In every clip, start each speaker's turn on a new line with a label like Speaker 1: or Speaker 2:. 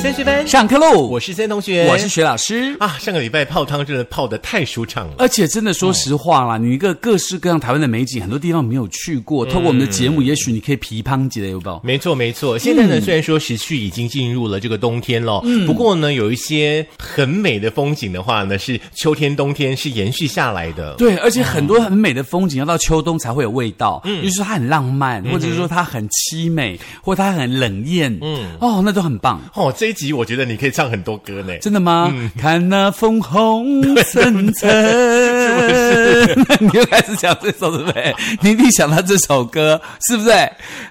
Speaker 1: 先学班，
Speaker 2: 上课喽！
Speaker 1: 我是森同学，
Speaker 2: 我是徐老师。
Speaker 1: 啊。上个礼拜泡汤真的泡的太舒畅了，
Speaker 2: 而且真的，说实话啦，你一个各式各样台湾的美景，很多地方没有去过。透过我们的节目，也许你可以皮胖几的，有报。
Speaker 1: 没错没错。现
Speaker 2: 嗯
Speaker 1: 在呢，虽然说时序已经进入了这个冬天了，不过呢，有一些很美的风景的话呢，是秋天、冬天是延续下来的。
Speaker 2: 对，而且很多很美的风景要到秋冬才会有味道，就是说它很浪漫，或者是说它很凄美，或它很冷艳，嗯，哦，那都很棒。
Speaker 1: 哦，这一集我觉得你可以唱很多歌呢。
Speaker 2: 真的吗？看那枫红层层， 你又开始讲这首对不对？你一定想到这首歌是不是？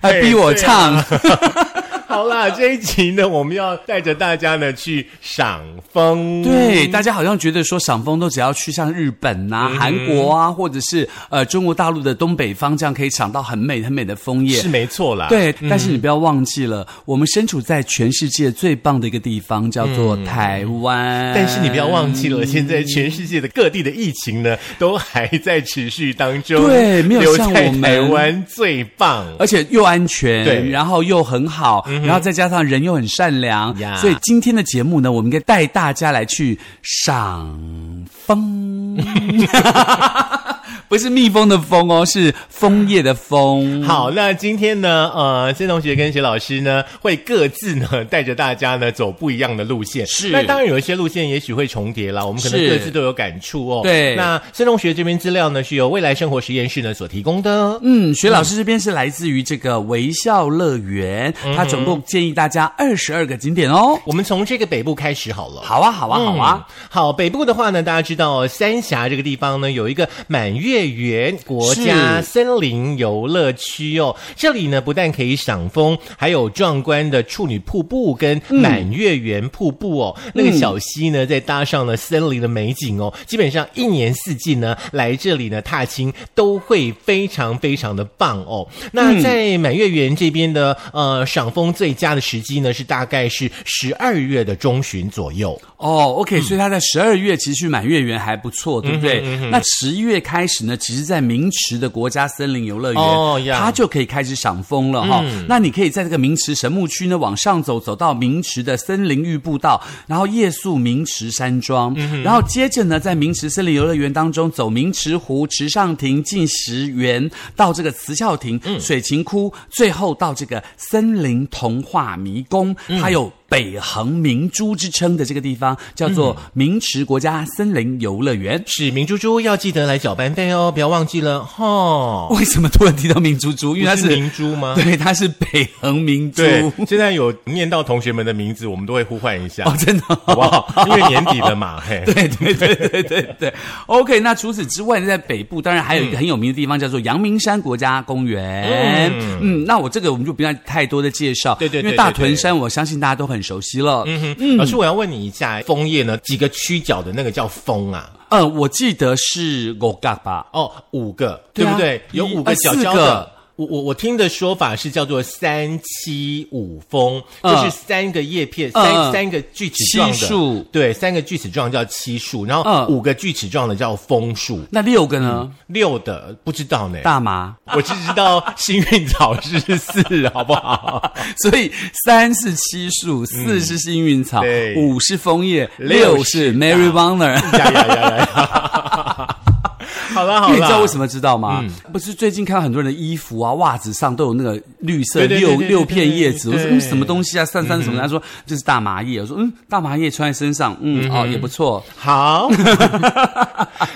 Speaker 2: 还逼我唱，
Speaker 1: 好啦，这一集呢，我们要带着大家呢去赏枫。
Speaker 2: 对，大家好像觉得说赏枫都只要去像日本
Speaker 1: 嗯
Speaker 2: 呐、韩国啊，或者是呃中国大陆的东北方，这样可以赏到很美很美的枫叶
Speaker 1: 是。嗯没错啦。
Speaker 2: 对，但是你不要忘记了，我们身处在全世界最棒的一个地方，叫做台湾。
Speaker 1: 嗯但是你不要忘记了，现在全世界的各地的疫情呢，都还在持续当中。
Speaker 2: 对没有
Speaker 1: 留
Speaker 2: 像
Speaker 1: 在
Speaker 2: 我们嗯
Speaker 1: 台湾最棒。
Speaker 2: 而且又安全，
Speaker 1: 对嗯
Speaker 2: 然后又很好，然后再加上人又很善良
Speaker 1: 呀
Speaker 2: 所以今天的节目呢，我们应该带大家来去赏 枫， 不是蜜蜂的蜂哦，是枫叶的枫。
Speaker 1: 好，那今天呢，呃，谢同学跟谢老师呢，会各自呢带着大家呢走不一样的路线。
Speaker 2: 是
Speaker 1: 那当然有一些路线也许会重叠啦，我们可能
Speaker 2: 是
Speaker 1: 各自都有感触哦。
Speaker 2: 对
Speaker 1: 那谢同学这边资料呢是由未来生活实验室呢所提供的。
Speaker 2: 嗯，嗯学老师这边是来自于这个微笑乐园，他总共建议大家二十二个景点哦。
Speaker 1: 我们从这个北部开始好了。
Speaker 2: 好啊，好啊，好啊。
Speaker 1: 嗯好，北部的话呢，大家知道哦三峡这个地方呢有一个满月园国家
Speaker 2: 是
Speaker 1: 森林游乐区哦，这里呢不但可以赏枫，还有壮观的处女瀑布跟满月园瀑布哦，
Speaker 2: 嗯
Speaker 1: 那个小溪呢再搭上了森林的美景哦，基本上一年四季呢来这里呢踏青都会非常非常的棒哦。那在满月园这边的呃赏枫最佳的时机呢是大概是十二月的中旬左右。
Speaker 2: 哦、o k 所以他在十二月其实去满月园还不错，对不对？那十一月开始呢，其实，在明池的国家森林游乐园，
Speaker 1: 哦呀
Speaker 2: 它就可以开始赏枫了哈、
Speaker 1: 嗯
Speaker 2: 那你可以在这个明池神木区呢往上走，走到明池的森林浴步道，然后夜宿明池山庄，
Speaker 1: 嗯
Speaker 2: 然后接着呢，在明池森林游乐园当中走明池湖、池上亭、进石园，到这个慈孝亭、
Speaker 1: 嗯
Speaker 2: 水琴窟，最后到这个森林童话迷宫，
Speaker 1: 嗯
Speaker 2: 它有。北横明珠之称的这个地方叫做
Speaker 1: 嗯
Speaker 2: 明池国家森林游乐园。
Speaker 1: 是明珠珠要记得来缴班费哦，不要忘记了哈。
Speaker 2: 为什么突然提到明珠珠？因为它
Speaker 1: 不
Speaker 2: 是
Speaker 1: 是明珠吗
Speaker 2: 对，它是北横明 珠。
Speaker 1: 对，现在有念到同学们的名字，我们都会呼唤一下，
Speaker 2: 哦，真的、哦，
Speaker 1: 好不好？因为年底了 嘛，嘿。
Speaker 2: 对对对对对对，OK。那除此之外，在北部当然还有
Speaker 1: 嗯
Speaker 2: 一个很有名的地方叫做阳明山国家公园。嗯那我这个我们就不要太多的介绍，
Speaker 1: 对对对
Speaker 2: 因为大屯山我相信大家都很熟悉了。嗯
Speaker 1: 嗯老师，我要问你一下，枫叶呢？几个区角的那个叫枫啊？
Speaker 2: 呃，我记得是 g o g a 吧。
Speaker 1: 哦，五个，
Speaker 2: 对
Speaker 1: 对
Speaker 2: 啊
Speaker 1: 不对？有
Speaker 2: 一
Speaker 1: 五个
Speaker 2: 呃
Speaker 1: 角
Speaker 2: 四
Speaker 1: 角
Speaker 2: 个
Speaker 1: 的。我我我听的说法是叫做三七五枫，就
Speaker 2: 嗯
Speaker 1: 是三个叶片，
Speaker 2: 嗯嗯
Speaker 1: 三三个锯齿状
Speaker 2: 七树
Speaker 1: 的，对，三个锯齿状叫七树，然后
Speaker 2: 嗯
Speaker 1: 五个锯齿状的叫枫树，
Speaker 2: 那六个呢？
Speaker 1: 六的不知道呢。
Speaker 2: 大 麻。
Speaker 1: 我只知道幸运草是四，好不好？
Speaker 2: 所以三是奇数，四是幸运
Speaker 1: 嗯
Speaker 2: 草，
Speaker 1: 对
Speaker 2: 五是枫叶，
Speaker 1: 六
Speaker 2: 六是
Speaker 1: 是
Speaker 2: Mary Warner。
Speaker 1: 呀呀呀呀！好了好嗯了，
Speaker 2: 因为你知道为什么知道吗？不是最近看到很多人的衣服啊、袜子上都有那个绿色
Speaker 1: 对对对
Speaker 2: 六
Speaker 1: 对对
Speaker 2: 六片叶子，我
Speaker 1: 对嗯
Speaker 2: 说嗯什么东西啊，散散什么的？他说这是大麻叶，我说嗯大麻叶穿在身上，嗯哦也不错，
Speaker 1: 好，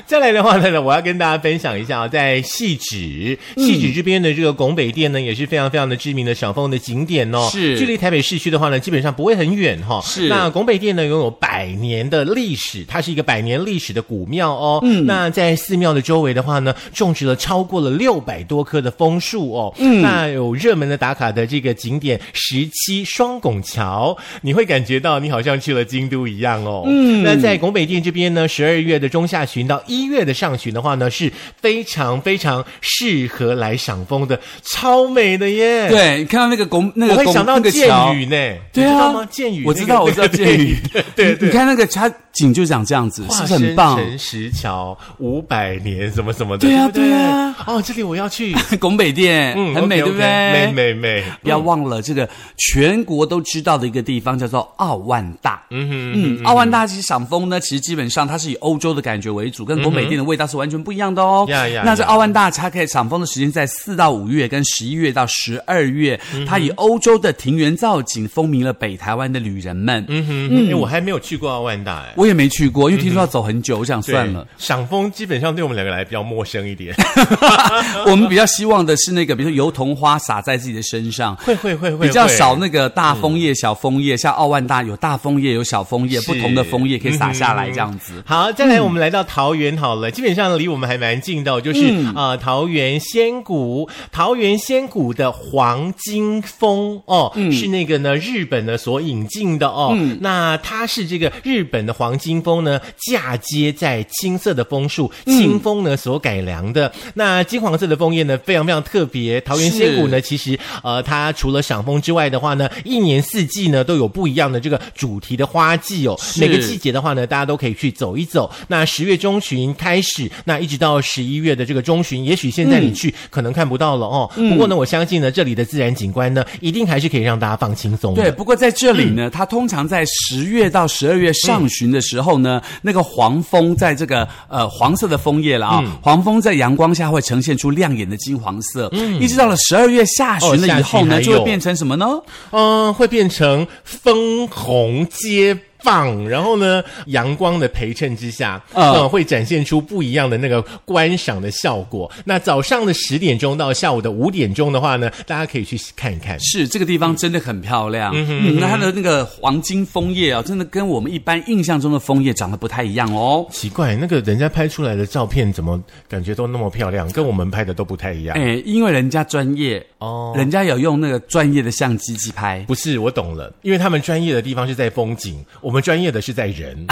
Speaker 1: 再来的话呢，我要跟大家分享一下啊，在细指细指这边的这个拱北店呢，也是非常非常的知名的赏枫的景点哦。
Speaker 2: 是
Speaker 1: 距离台北市区的话呢，基本上不会很远哈、
Speaker 2: 是
Speaker 1: 那拱北店呢，拥有百年的历史，它是一个百年历史的古庙哦。嗯，那在寺庙的周围的话呢，种植了超过了六百多棵的枫树哦。嗯，那有热门的打卡的这个景点十七双拱桥，你会感觉到你好像去了京都一样哦。嗯，那在拱北店这边呢，十二月的中下旬到一月的上旬的话呢，是非常非常适合来赏枫的，超美的耶。。
Speaker 2: 对，看到那个拱那
Speaker 1: 我
Speaker 2: 个
Speaker 1: 会
Speaker 2: 拱
Speaker 1: 想到
Speaker 2: 那个
Speaker 1: 箭
Speaker 2: 桥
Speaker 1: 雨。呢，你
Speaker 2: 对
Speaker 1: 知
Speaker 2: 啊
Speaker 1: 道吗？箭雨那个，
Speaker 2: 我知道，我知道
Speaker 1: 那个
Speaker 2: 剑
Speaker 1: 电影
Speaker 2: 鱼
Speaker 1: 对对
Speaker 2: 你
Speaker 1: 对，
Speaker 2: 看那个它景就长这样子，是
Speaker 1: 化
Speaker 2: 不是很
Speaker 1: 身
Speaker 2: 棒？
Speaker 1: 成石桥五百年什么什么的，
Speaker 2: 对啊
Speaker 1: 不对
Speaker 2: 对啊。
Speaker 1: 哦，这里我要 去，
Speaker 2: 拱北店，
Speaker 1: 嗯，
Speaker 2: 很美，对
Speaker 1: OK，OK，
Speaker 2: 不对？
Speaker 1: 美美美，
Speaker 2: 不要忘了这个全国都知道的一个地方，叫做奥万大。嗯嗯，奥万大其实赏枫呢，其实基本上它是以欧洲的感觉为主，跟国美店的味道是完全不一样的哦。
Speaker 1: 呀呀
Speaker 2: 那这
Speaker 1: 呀
Speaker 2: 奥万大它可以赏枫的时间在四到五月，跟十一月到十二月，
Speaker 1: 嗯
Speaker 2: 它以欧洲的庭园造景风靡了北台湾的旅人们。
Speaker 1: 嗯哼哼，哎我还没有去过阿万达，哎，
Speaker 2: 我也没去过，因为听
Speaker 1: 嗯
Speaker 2: 说要走很久，我想
Speaker 1: 对
Speaker 2: 算了。，
Speaker 1: 赏枫基本上对我们两个来比较陌生一点，
Speaker 2: 我们比较希望的是那个，比如说油桐花洒在自己的身上，
Speaker 1: 会会会会
Speaker 2: 比较
Speaker 1: 会
Speaker 2: 少那个大枫叶、小枫叶，像奥万大有大枫叶，有小枫叶，
Speaker 1: 是
Speaker 2: 不同的枫叶可以洒下来这样子。嗯
Speaker 1: 好，再来我们来到桃园好了，基本上离我们还蛮近的、哦，就是啊、呃桃园仙谷，桃园仙谷的黄金风哦，
Speaker 2: 嗯
Speaker 1: 是那个呢日本呢所引进的哦。那它是这个日本的黄金风呢嫁接在青色的枫树，
Speaker 2: 嗯
Speaker 1: 青枫呢所改良的。那金黄色的枫叶呢非常非常特别，桃园仙谷呢其实呃它除了赏枫之外的话呢，一年四季呢都有不一样的这个主题的花季哦，
Speaker 2: 是
Speaker 1: 每个季。节的话呢，大家都可以去走一走。那十月中旬开始，那一直到十一月的这个中旬，也许现在你去、可能看不到了哦。不过呢，我相信呢，这里的自然景观呢，一定还是可以让大家放轻松的。
Speaker 2: 对，不过在这里
Speaker 1: 嗯
Speaker 2: 呢，它通常在十月到十二月上旬的时候呢，那个黄枫在这个呃黄色的枫叶了啊、
Speaker 1: 嗯
Speaker 2: 黄枫在阳光下会呈现出亮眼的金黄色，一直到了十二月下旬了以后
Speaker 1: 嗯哦下旬还
Speaker 2: 呢，
Speaker 1: 有
Speaker 2: 就会变成什么呢？
Speaker 1: 嗯，会变成枫红街放，然后呢，阳光的陪衬之下，
Speaker 2: 嗯
Speaker 1: 呃，会展现出不一样的那个观赏的效果。那早上的十点钟到下午的五点钟的话呢，大家可以去看一看。
Speaker 2: 是这个地方真的很漂亮，嗯，那它的那个黄金枫叶啊，真的跟我们一般印象中的枫叶长得不太一样哦。
Speaker 1: 奇怪，那个人家拍出来的照片怎么感觉都那么漂亮，跟我们拍的都不太一样。
Speaker 2: 哎，因为人家专业
Speaker 1: 哦
Speaker 2: 哦，人家有用那个专业的相机去拍。
Speaker 1: 不是，我懂了，因为他们专业的地方是在风景，我们专业的是在 人。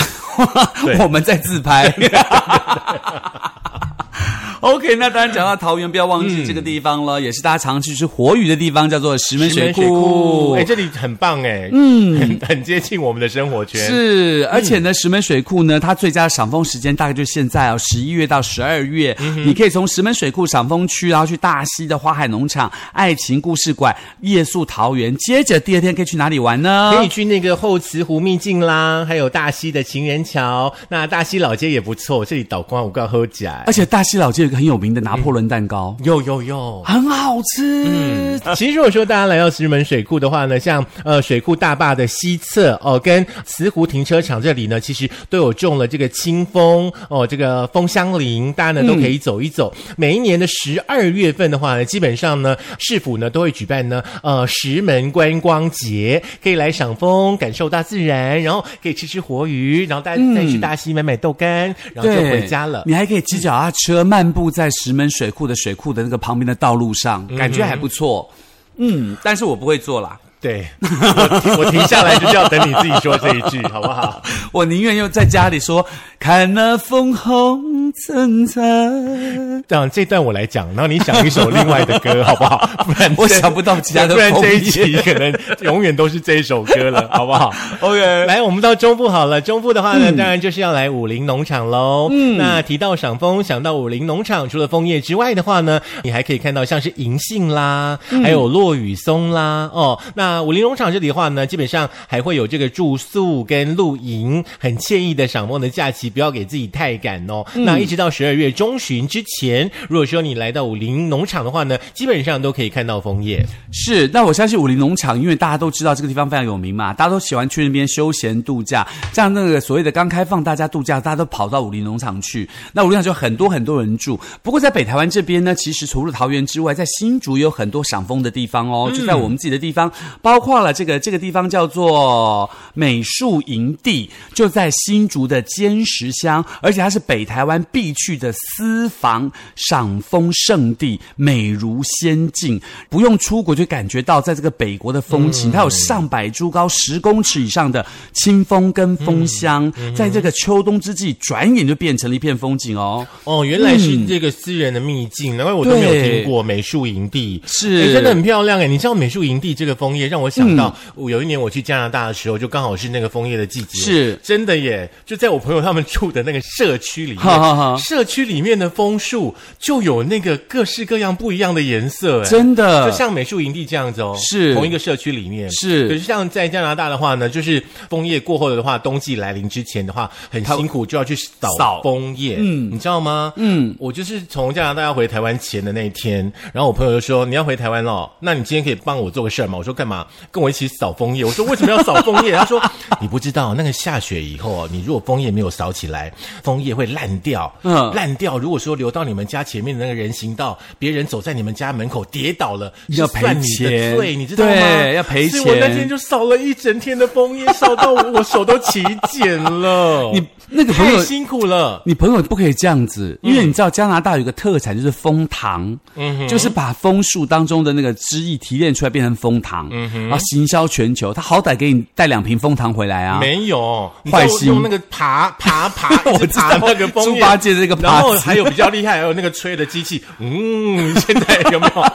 Speaker 1: 对
Speaker 2: 我们在自拍。OK，那当然讲到桃园，不要忘记这个地方了，也是大家常去吃活鱼的地方，叫做石门水库。
Speaker 1: 哎、这里很棒哎、嗯，很 很接近我们的生活圈。
Speaker 2: 是，而
Speaker 1: 嗯
Speaker 2: 且呢，石门水库呢，它最佳赏枫时间大概就现在哦，十一月到十二月，
Speaker 1: 嗯
Speaker 2: 你可以从石门水库赏枫区，啊然后去大溪的花海农场、爱情故事馆、夜宿桃园，接着第二天可以去哪里玩呢？
Speaker 1: 可以去那个后慈湖秘境啦，还有大溪的情人桥，那大溪老街也不错，这里岛光五告喝甲
Speaker 2: 而，且大溪老街有一个很有名的拿破仑蛋糕，
Speaker 1: 有有有。
Speaker 2: 很好吃。
Speaker 1: 其实如果说大家来到石门水库的话呢，像呃水库大坝的西侧哦，跟慈湖停车场这里呢，其实都有种了这个清风哦，这个枫香林，大家呢都可以走一走。每一年的十二月份的话呢，基本上呢，市府呢都会举办呢呃石门观光节，可以来赏枫，感受大自然，然后可以吃吃活鱼，然后大家再去大溪买买豆干，然后就
Speaker 2: 对，
Speaker 1: 回家了。
Speaker 2: 你还可以骑脚踏车漫步在石门水库的水库的那个旁边的道路上，感觉还不错。嗯，但是我不会做啦，
Speaker 1: 对，我 停我停下来就是要等你自己说这一句，好不好？
Speaker 2: 我宁愿又在家里说看那枫红层层。
Speaker 1: 这样这段我来讲，然后你想一首另外的歌，好不 好？不然这
Speaker 2: 我想不到其他的
Speaker 1: 不然这一
Speaker 2: 风
Speaker 1: 集可能永远都是这一首歌了，好不好？
Speaker 2: OK，
Speaker 1: 来，我们到中部好了。中部的话呢，当然就是要来武林农场喽。嗯，那提到赏枫，想到武林农场，除了枫叶之外的话呢，你还可以看到像是银杏啦，还有落羽松啦。哦，那武林农场这里的话呢，基本上还会有这个住宿跟露营，很惬意的赏枫的假期，不要给自己太赶哦。那一直到十二月中旬之前，如果说你来到武林农场的话呢，基本上都可以看到枫叶。
Speaker 2: 是。那我相信武林农场，因为大家都知道这个地方非常有名嘛，大家都喜欢去那边休闲度假。像那个所谓的刚开放，大家度假，大家都跑到武林农场去。那武林农场就很多很多人住。不过在北台湾这边呢，其实除了桃园之外，在新竹也有很多赏枫的地方哦，就在我们自己的地方，包括了这个这个地方叫做美术营地，就在新竹的尖石乡，而且它是北台湾必去的私房赏枫圣地，美如仙境。不用出国就感觉到在这个北国的风情，
Speaker 1: 嗯
Speaker 2: 它有上百株高十公尺以上的清风跟
Speaker 1: 嗯
Speaker 2: 枫香，在这个秋冬之际，转眼就变成了一片风景哦。
Speaker 1: 哦，原来是这个私人的秘境，难怪我都没有听过美术营地，
Speaker 2: 嗯是
Speaker 1: 诶真的很漂亮哎！你知道美术营地这个枫叶让让我想到，
Speaker 2: 嗯
Speaker 1: 我有一年我去加拿大的时候，就刚好是那个枫叶的季节，
Speaker 2: 是
Speaker 1: 真的耶！就在我朋友他们住的那个社区里面，
Speaker 2: 哈哈哈
Speaker 1: 社区里面的枫树就有那个各式各样不一样的颜色，哎。
Speaker 2: 真的
Speaker 1: 就，像美术营地这样子哦，
Speaker 2: 是
Speaker 1: 同一个社区里面
Speaker 2: 是
Speaker 1: 可是像在加拿大的话呢，就是枫叶过后的话，冬季来临之前的话，很辛苦，就要去
Speaker 2: 扫
Speaker 1: 扫枫叶，嗯，你知道吗？嗯，我就是从加拿大要回台湾前的那一天，然后我朋友就说你要回台湾了，那你今天可以帮我做个事儿吗？我说干嘛？跟我一起扫枫叶。我说为什么要扫枫叶？他 说你不知道，那个下雪以后哦，你如果枫叶没有扫起来，枫叶会烂掉，
Speaker 2: 嗯
Speaker 1: 烂掉。如果说流到你们家前面的那个人行道，别人走在你们家门口跌倒了。
Speaker 2: 要
Speaker 1: 是算
Speaker 2: 赔
Speaker 1: 你的
Speaker 2: 钱
Speaker 1: 罪，你知道吗？
Speaker 2: 对要赔
Speaker 1: 所以我那
Speaker 2: 钱
Speaker 1: 天就扫了一整天的枫叶，扫到我我手都起茧了。
Speaker 2: 你那个朋
Speaker 1: 太
Speaker 2: 友
Speaker 1: 辛苦了。
Speaker 2: 你朋友不可以这样子，
Speaker 1: 嗯
Speaker 2: 因为你知道加拿大有一个特产就是枫糖，就是把枫树当中的那个汁液提炼出来变成枫糖，
Speaker 1: 嗯
Speaker 2: 然后行销全球。他好歹给你带两瓶枫糖回来 啊，
Speaker 1: 没有，你
Speaker 2: 坏
Speaker 1: 知道
Speaker 2: 心
Speaker 1: 用那个爬爬爬，一
Speaker 2: 我
Speaker 1: 直
Speaker 2: 知
Speaker 1: 爬
Speaker 2: 道
Speaker 1: 那个枫叶，
Speaker 2: 猪八戒这个
Speaker 1: 然后
Speaker 2: 耙子
Speaker 1: 还有比较厉害，还有那个吹的机器。嗯， 现在有没有？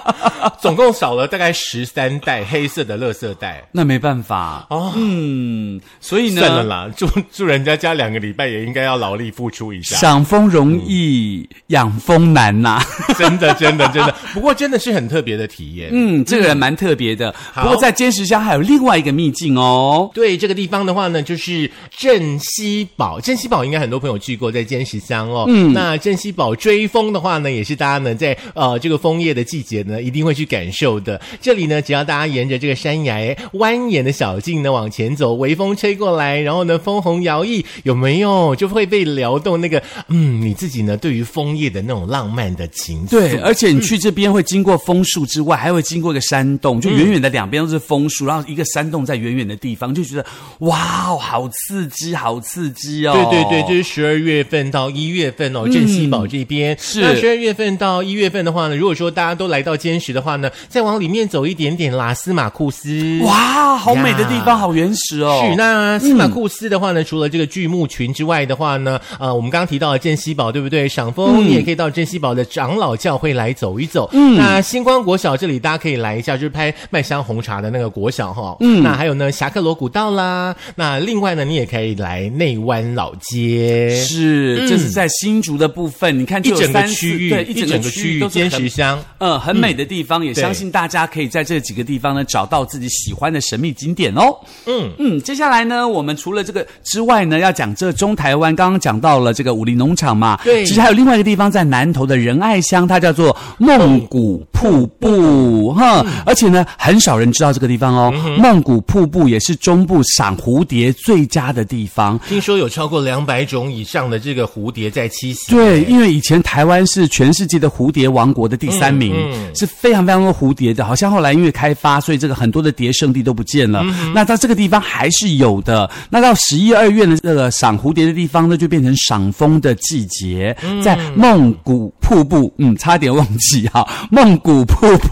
Speaker 1: 总共少了大概十三袋黑色的垃圾袋。
Speaker 2: 那 没办法
Speaker 1: 哦
Speaker 2: 嗯，所以
Speaker 1: 算了
Speaker 2: 呢，
Speaker 1: 啦，住住人家家两个礼拜也应该要劳力付出一下。
Speaker 2: 赏枫容易，
Speaker 1: 嗯
Speaker 2: 养枫 难呐、
Speaker 1: 真的，真的，真的。不过真的是很特别的体验。
Speaker 2: 嗯，这个人蛮特别的。
Speaker 1: 好
Speaker 2: 不过在尖石乡还有另外一个秘境哦。
Speaker 1: 对这个地方的话呢，就是镇西堡。镇西堡应该很多朋友去过，在尖石乡哦。嗯，那镇西堡追风的话呢，也是大家呢在呃这个枫叶的季节呢，一定会去感受的。这里呢，只要大家沿着这个山崖蜿蜒的小径呢往前走，微风吹过来，然后呢枫红摇曳，有没有就会被撩动那个嗯你自己呢对于枫叶的那种浪漫的情愫。
Speaker 2: 对，而且你去这边会经过枫树之外，还会经过一个山洞，
Speaker 1: 嗯
Speaker 2: 就远远的两边都是枫树，然后一个山洞在远远的地方，就觉得哇，好刺激，好刺激哦！嗯
Speaker 1: 对对对，就是十二月份到一月份哦，镇西堡这边、
Speaker 2: 是
Speaker 1: 那十二月份到一月份的话呢，如果说大家都来到坚石的话呢，再往里面走一点点啦，司马库斯。
Speaker 2: 哇，好美的地方，
Speaker 1: 呀
Speaker 2: 好原始哦！
Speaker 1: 是，那司马库斯的话呢，除了这个巨木群之外的话呢，呃，我们刚刚提到了镇西堡，对不对？赏
Speaker 2: 嗯
Speaker 1: 枫、你也可以到镇西堡的长老教会来走一走。嗯，那星光国小这里大家可以来一下，就是拍麦香红茶的那个国小哈、嗯，那还有呢，侠客罗古道啦。那另外呢，你也可以来内湾老街。
Speaker 2: 是，这是在新竹的部分，你看
Speaker 1: 嗯一
Speaker 2: 就有
Speaker 1: 整个
Speaker 2: 三四
Speaker 1: 区域，
Speaker 2: 对，一整个区域都是
Speaker 1: 坚
Speaker 2: 很
Speaker 1: 石乡。
Speaker 2: 嗯，很美的地方，也
Speaker 1: 对
Speaker 2: 相信大家可以在这几个地方呢找到自己喜欢的神秘景点哦。
Speaker 1: 嗯
Speaker 2: 嗯，接下来呢，我们除了这个之外呢，要讲这中台湾，刚刚讲到了这个武林农场嘛，
Speaker 1: 对
Speaker 2: 其实还有另外一个地方在南投的仁爱乡，它叫做梦谷瀑布嗯哈，而且呢，很少人知道这个地方哦。梦谷瀑布也是中部赏蝴蝶最佳的地方，
Speaker 1: 听说有超过两百种以上的这个蝴蝶在栖息。
Speaker 2: 对，因为以前台湾是全世界的蝴蝶王国的第三名，
Speaker 1: 嗯
Speaker 2: 是非常非常多蝴蝶的。好像后来因为开发，所以这个很多的蝶圣地都不见了。
Speaker 1: 嗯
Speaker 2: 那在这个地方还是有的。那到十一二月呢，这个赏蝴蝶的地方呢，就变成赏枫的季节，
Speaker 1: 嗯
Speaker 2: 在梦谷瀑布，嗯，差点忘记哈， 梦谷瀑布。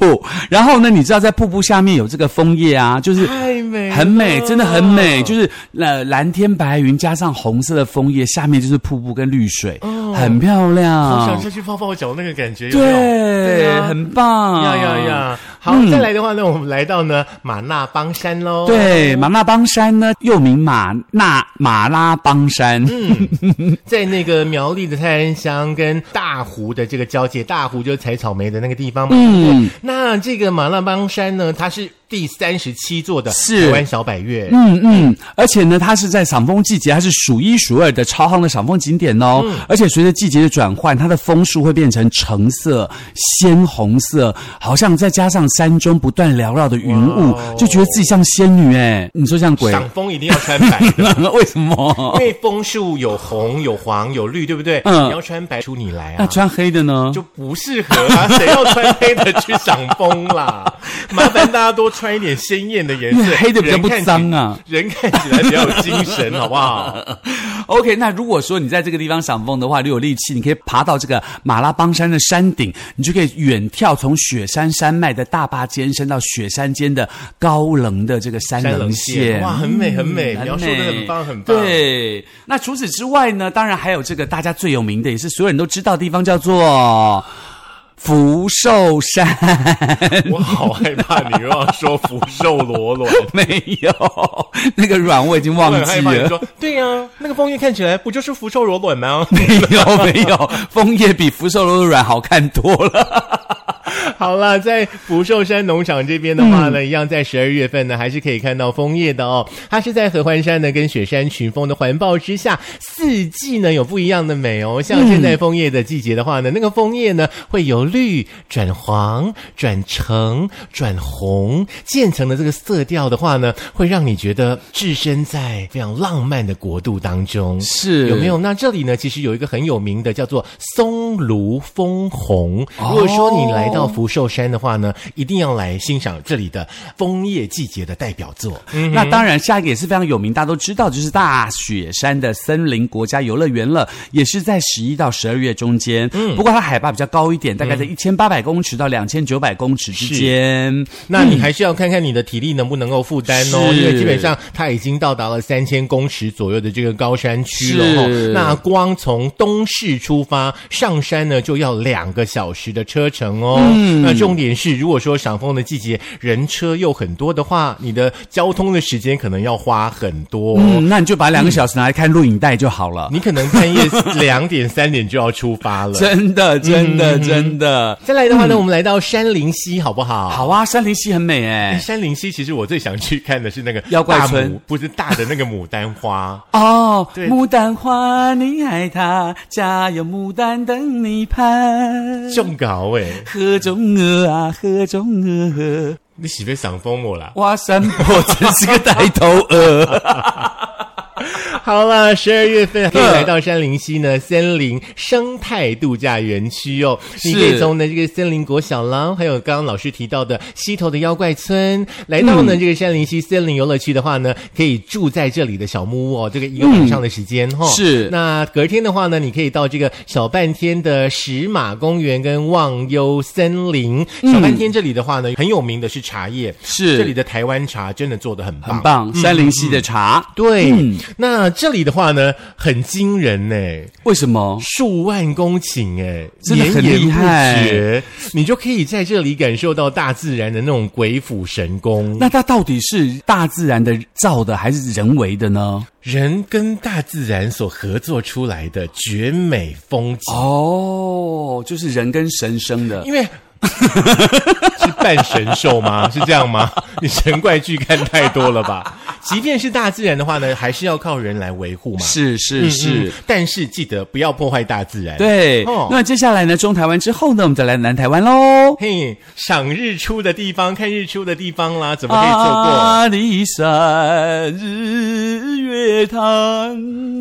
Speaker 2: 然后呢，你知道在瀑布下面有这个枫叶啊，就是
Speaker 1: 太美
Speaker 2: 很美，
Speaker 1: 了
Speaker 2: 真的很
Speaker 1: 嗯
Speaker 2: 美，就是呃蓝天白云加上红色的枫叶，下面就是瀑布跟绿水，很漂
Speaker 1: 哦好想
Speaker 2: 亮
Speaker 1: 下。哦去泡泡脚那个感觉，有没有？
Speaker 2: 啊对，嗯
Speaker 1: 啊
Speaker 2: 很棒。
Speaker 1: 呀呀！呀！好，再来的话呢，我们来到呢马那邦山喽。
Speaker 2: 对，马那邦山呢，又名马那马拉邦山。
Speaker 1: 嗯在那个苗栗的泰安乡跟大湖的这个交界，大湖就是采草莓的那个地方嘛。嗯，那这个马那邦山呢，它是第三十七座的
Speaker 2: 是
Speaker 1: 台湾小百越。
Speaker 2: 嗯嗯，而且呢，它是在赏枫季节，它是数一数二的超夯的赏枫景点哦。
Speaker 1: 嗯
Speaker 2: 而且随着季节的转换，它的枫树会变成橙色、鲜红色，好像再加上山中不断缭绕的云雾
Speaker 1: 哇哦，
Speaker 2: 就觉得自己像仙女哎。你说像鬼？
Speaker 1: 赏枫一定要穿白 的。
Speaker 2: 为什么
Speaker 1: 因？为枫树有红、有黄、有绿，对不对？
Speaker 2: 嗯
Speaker 1: 你要穿白出你来
Speaker 2: 那
Speaker 1: 啊。
Speaker 2: 穿黑的呢？
Speaker 1: 就不适合啊！ 谁要穿黑的去赏枫 啦？麻烦大家多穿一点鲜艳的颜
Speaker 2: 因
Speaker 1: 色，
Speaker 2: 为黑的比较不
Speaker 1: 人看起
Speaker 2: 脏啊。
Speaker 1: 人看起来比较有精神，好不 好？
Speaker 2: OK，那如果说你在这个地方赏枫的话，你有力气，你可以爬到这个马拉邦山的山顶，你就可以远眺从雪山山脉的大坝尖升到雪山间的高冷的这个山
Speaker 1: 山
Speaker 2: 棱
Speaker 1: 棱线，
Speaker 2: 线。嗯
Speaker 1: 哇，很哎美很美，
Speaker 2: 很
Speaker 1: 描述的
Speaker 2: 美
Speaker 1: 很棒很棒。，
Speaker 2: 对，那除此之外呢，当然还有这个大家最有名的，也是所有人都知道的地方，叫做福寿山，
Speaker 1: 我好害怕你又要说福寿螺 卵。
Speaker 2: 没有那个卵我已经忘
Speaker 1: 我很
Speaker 2: 记
Speaker 1: 害怕你
Speaker 2: 了。
Speaker 1: 说，对呀、那个枫叶看起来不就是福寿螺卵吗？
Speaker 2: 没有没有，枫叶比福寿螺的卵好看多了。
Speaker 1: 好啦，在福寿山农场这边的话呢，一样在十二月份呢，还是可以看到枫叶的哦。它是在合欢山呢跟雪山群峰的环抱之下，四季呢有不一样的美哦。像现在枫叶的季节的话呢，那个枫叶呢会由绿转黄、转橙、转红，渐层的这个色调的话呢，会让你觉得置身在非常浪漫的国度当中。
Speaker 2: 是
Speaker 1: 有没有？那这里呢，其实有一个很有名的叫做松庐枫红。如果说你来到福寿山的话呢，一定要来欣赏这里的枫叶季节的代表 作。
Speaker 2: 那当然，下一个也是非常有名，大家都知道，就是大雪山的森林国家游乐园了，也是在十一到十二月中间。
Speaker 1: 嗯
Speaker 2: 不过它海拔比较高一点，大概在一千八百公尺到两千九百公尺之间。
Speaker 1: 那你嗯还是要看看你的体力能不能够负担哦，
Speaker 2: 是
Speaker 1: 因为基本上它已经到达了三千公尺左右的这个高山区了哦
Speaker 2: 是。
Speaker 1: 那光从东市出发上山呢，就要两个小时的车程哦。
Speaker 2: 嗯
Speaker 1: 那重点是，如果说赏枫的季节人车又很多的话，你的交通的时间可能要花很多。
Speaker 2: 嗯，那你就把两个小时拿来看录影带就好了。
Speaker 1: 你可能半夜两点、三点就要出发 了。
Speaker 2: 真的，真的，
Speaker 1: 嗯
Speaker 2: 真的。
Speaker 1: 再来的话呢，我们来到山林溪，好不好？
Speaker 2: 嗯好啊，山林溪很美哎。
Speaker 1: 山林溪，其实我最想去看的是那个
Speaker 2: 妖怪
Speaker 1: 大
Speaker 2: 村
Speaker 1: 牡，不是大的那个牡丹 花。
Speaker 2: 哦，
Speaker 1: 对
Speaker 2: 牡丹花，你爱它，家有牡丹等你攀。
Speaker 1: 中搞哎、
Speaker 2: 河中鹅啊，河中鹅。
Speaker 1: 你喜被赏疯我啦！
Speaker 2: 挖山婆真是个呆头鹅。
Speaker 1: 好啦，十二月份可以来到山林溪呢森林生态度假园区哦。你可以从呢这个森林国小啦，还有刚刚老师提到的溪头的妖怪村，来到
Speaker 2: 嗯
Speaker 1: 呢、这个山林溪森林游乐区的话呢，可以住在这里的小木屋哦，这个一个晚上的时间哈、哦。
Speaker 2: 嗯是
Speaker 1: 那隔天的话呢，你可以到这个小半天的石马公园跟忘忧森林。小半天这里的话呢，很有名的是茶叶，
Speaker 2: 是嗯
Speaker 1: 这里的台湾茶真的做的很棒，
Speaker 2: 很棒，山林溪的茶，
Speaker 1: 对，
Speaker 2: 嗯
Speaker 1: 那这里的话呢，很惊人呢、
Speaker 2: 为什么？
Speaker 1: 数万公顷哎、
Speaker 2: 真的很
Speaker 1: 绵延
Speaker 2: 厉害
Speaker 1: 不绝，你就可以在这里感受到大自然的那种鬼斧神工。
Speaker 2: 那它到底是大自然的造的，还是人为的呢？
Speaker 1: 人跟大自然所合作出来的绝美风景，
Speaker 2: 哦，就是人跟神生的。
Speaker 1: 因为 是半神兽吗？是这样吗？你神怪剧看太多了吧？即便是大自然的话呢，还是要靠人来维护嘛。
Speaker 2: 是是是。
Speaker 1: 嗯但是记得不要破坏大自然。。
Speaker 2: 对，
Speaker 1: 哦
Speaker 2: 那接下来呢？中台湾之后呢，我们再来南台湾喽。
Speaker 1: 嘿，赏日出的地方，看日出的地方啦，怎么可以错过？
Speaker 2: 阿里山日月潭。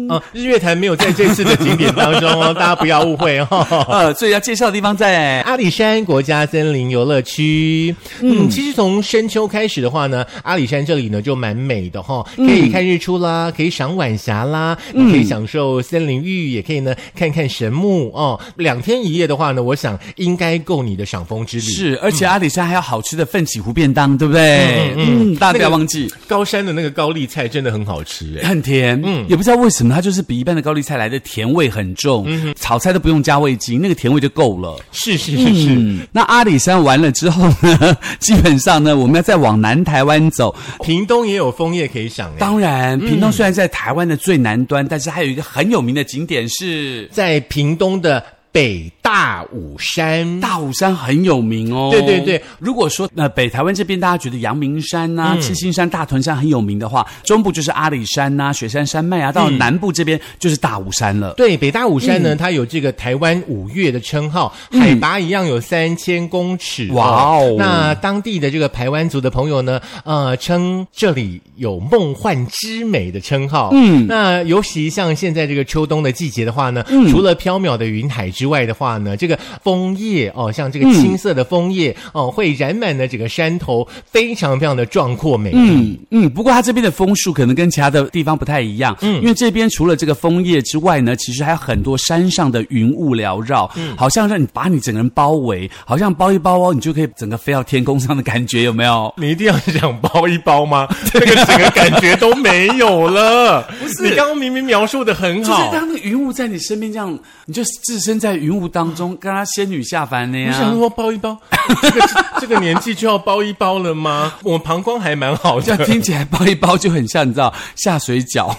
Speaker 1: 哦，日月潭没有在这次的景点当中 哦，大家不要误会 哦。
Speaker 2: 呃，所以要介绍的地方在
Speaker 1: 阿里山国家森林游乐区，嗯，其实从深秋开始的话呢，阿里山这里呢就蛮美的哈、可以看日出啦，可以赏晚霞啦，你可以享受森林浴，也可以呢看看神木哦。两天一夜的话呢，我想应该够你的赏枫之旅。
Speaker 2: 是，而且阿里山还有好吃的奋起湖便当，对不对？嗯，大家不要忘记，
Speaker 1: 高山的那个高丽菜真的很好吃哎。
Speaker 2: 很甜。嗯，也不知道为什么它就是比一般的高丽菜来的甜味很重，炒菜都不用加味精，那个甜味就够了。
Speaker 1: 是是是是，
Speaker 2: 嗯，那阿里山完了之后呢， 基本上呢，我们要再往南台湾走。
Speaker 1: 屏东也有枫叶可以赏哎诶。
Speaker 2: 当然，屏东虽然在台湾的最南端，但是还有一个很有名的景点是
Speaker 1: 在屏东的北大武山。
Speaker 2: 大武山，很有名哦。
Speaker 1: 对对对，
Speaker 2: 如果说呃北台湾这边大家觉得阳明山呐、七星山、大屯山很有名的话，中部就是阿里山呐、雪山山脉啊，到南部这边就是大武山了。嗯
Speaker 1: 对，北大武山呢，它有这个台湾五岳的称号，海拔一样有三千公尺。
Speaker 2: 哇哦
Speaker 1: 那当地的这个台湾族的朋友呢，呃，称这里有梦幻之美的称号。嗯，那尤其像现在这个秋冬的季节的话呢，
Speaker 2: 嗯
Speaker 1: 除了缥缈的云海之外的话呢，这个枫叶哦，像
Speaker 2: 嗯
Speaker 1: 这个青色的枫叶、哦，会染满了整个山头，非常非常的壮阔美丽。
Speaker 2: 嗯嗯，不过它这边的枫树可能跟其他的地方不太一样，嗯，因为这边除了这个枫叶之外呢，其实还有很多山上的云雾缭绕，好像让你把你整个人包围，好像包一包哦，你就可以整个飞到天空上的感觉，有没有？
Speaker 1: 你一定要想包一包 吗？这个整个感觉都没有了。不
Speaker 2: 啊是
Speaker 1: 你刚刚明明描述的很
Speaker 2: 就是
Speaker 1: 好。
Speaker 2: 当那个云雾在你身边这样，你就置身在云雾当当中，跟他仙女下凡了
Speaker 1: 嗯我想
Speaker 2: 呀。
Speaker 1: 说包一 包，这个这个年纪就要包一包了吗？我膀胱还蛮好
Speaker 2: 这样
Speaker 1: 的，
Speaker 2: 听起来包一包就很像你知道下水 饺。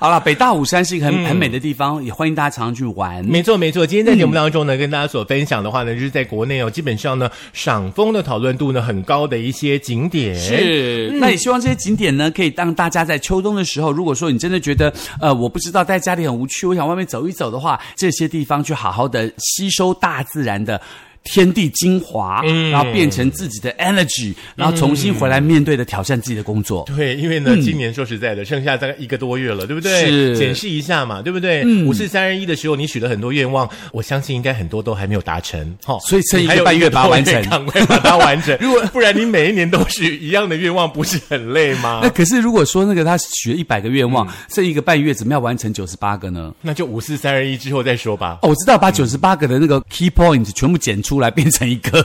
Speaker 2: 好了，北大武山是一个
Speaker 1: 嗯
Speaker 2: 很、很美的地方，也欢迎大家常常去玩。
Speaker 1: 没错，没错。今天在节目当中呢，跟大家所分享的话呢，就是在国内哦，基本上呢，赏枫的讨论度呢很高的一些景点。
Speaker 2: 是，哎
Speaker 1: 嗯
Speaker 2: 那也希望这些景点呢，可以让大家在秋冬的时候，如果说你真的觉得，呃，我不知道待在家里很无趣，我想外面走一走的话，这些地方去好好的吸收大自然的。天地精华，
Speaker 1: 嗯
Speaker 2: 然后变成自己的 energy，、然后重新回来面对的挑战自己的工作。
Speaker 1: 对，因为呢，今年说实在的，剩下大概一个多月了，对不对？
Speaker 2: 嗯是嗯
Speaker 1: 检视一下嘛，对不对？五四三二一的时候，你许了很多愿望，我相信应该很多都还没有达成，哈、
Speaker 2: 所以趁一个
Speaker 1: 还有
Speaker 2: 半月把它完成
Speaker 1: 多月赶快把它完成。如果 不然，你每一年都许一样的愿望，不是很累吗
Speaker 2: 啊那？可是如果说那个他许了一百个愿望，剩一个半月，怎么样完成九十八个呢？
Speaker 1: 那就五四三二一之后再说吧。
Speaker 2: 哦，我知道，把九十八个的那个 key point 全部剪出来，变成一个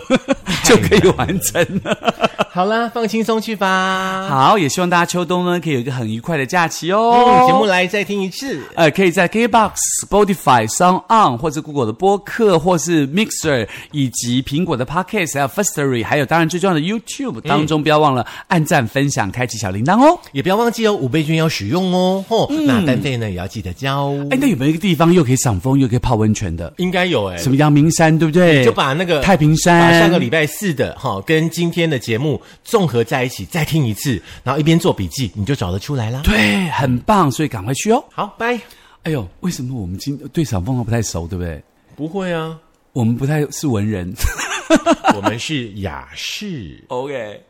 Speaker 2: 就可以完成了。
Speaker 1: 好啦，放轻松去吧。
Speaker 2: 好，也希望大家秋冬呢可以有一个很愉快的假期哦。
Speaker 1: 嗯，节目来再听一次。
Speaker 2: 呃，可以在 KBox、Spotify、Sound On 或者 Google 的播客，或是 Mixer 以及苹果的 Podcast，还有 Firstory，还有当然最重要的 YouTube 当中，不要忘了按赞、分享、开启小铃铛哦。
Speaker 1: 也不要忘记哦，五倍券要使用哦，吼、那单费呢也要记得交哦。
Speaker 2: 嗯哎，那有没有一个地方又可以赏枫，又可以泡温泉的？
Speaker 1: 应该有哎、
Speaker 2: 什么阳明山，对不对？
Speaker 1: 就把那个
Speaker 2: 太平山
Speaker 1: 把上个礼拜四的哈、跟今天的节目综合在一起再听一次，然后一边做笔记，你就找得出来啦。
Speaker 2: 对，很棒，所以赶快去哦。
Speaker 1: 好，拜。
Speaker 2: 哎呦，为什么我们今对赏枫都不太熟，对不对？
Speaker 1: 不会啊，
Speaker 2: 我们不太是文人。
Speaker 1: 我们是雅士。
Speaker 2: OK。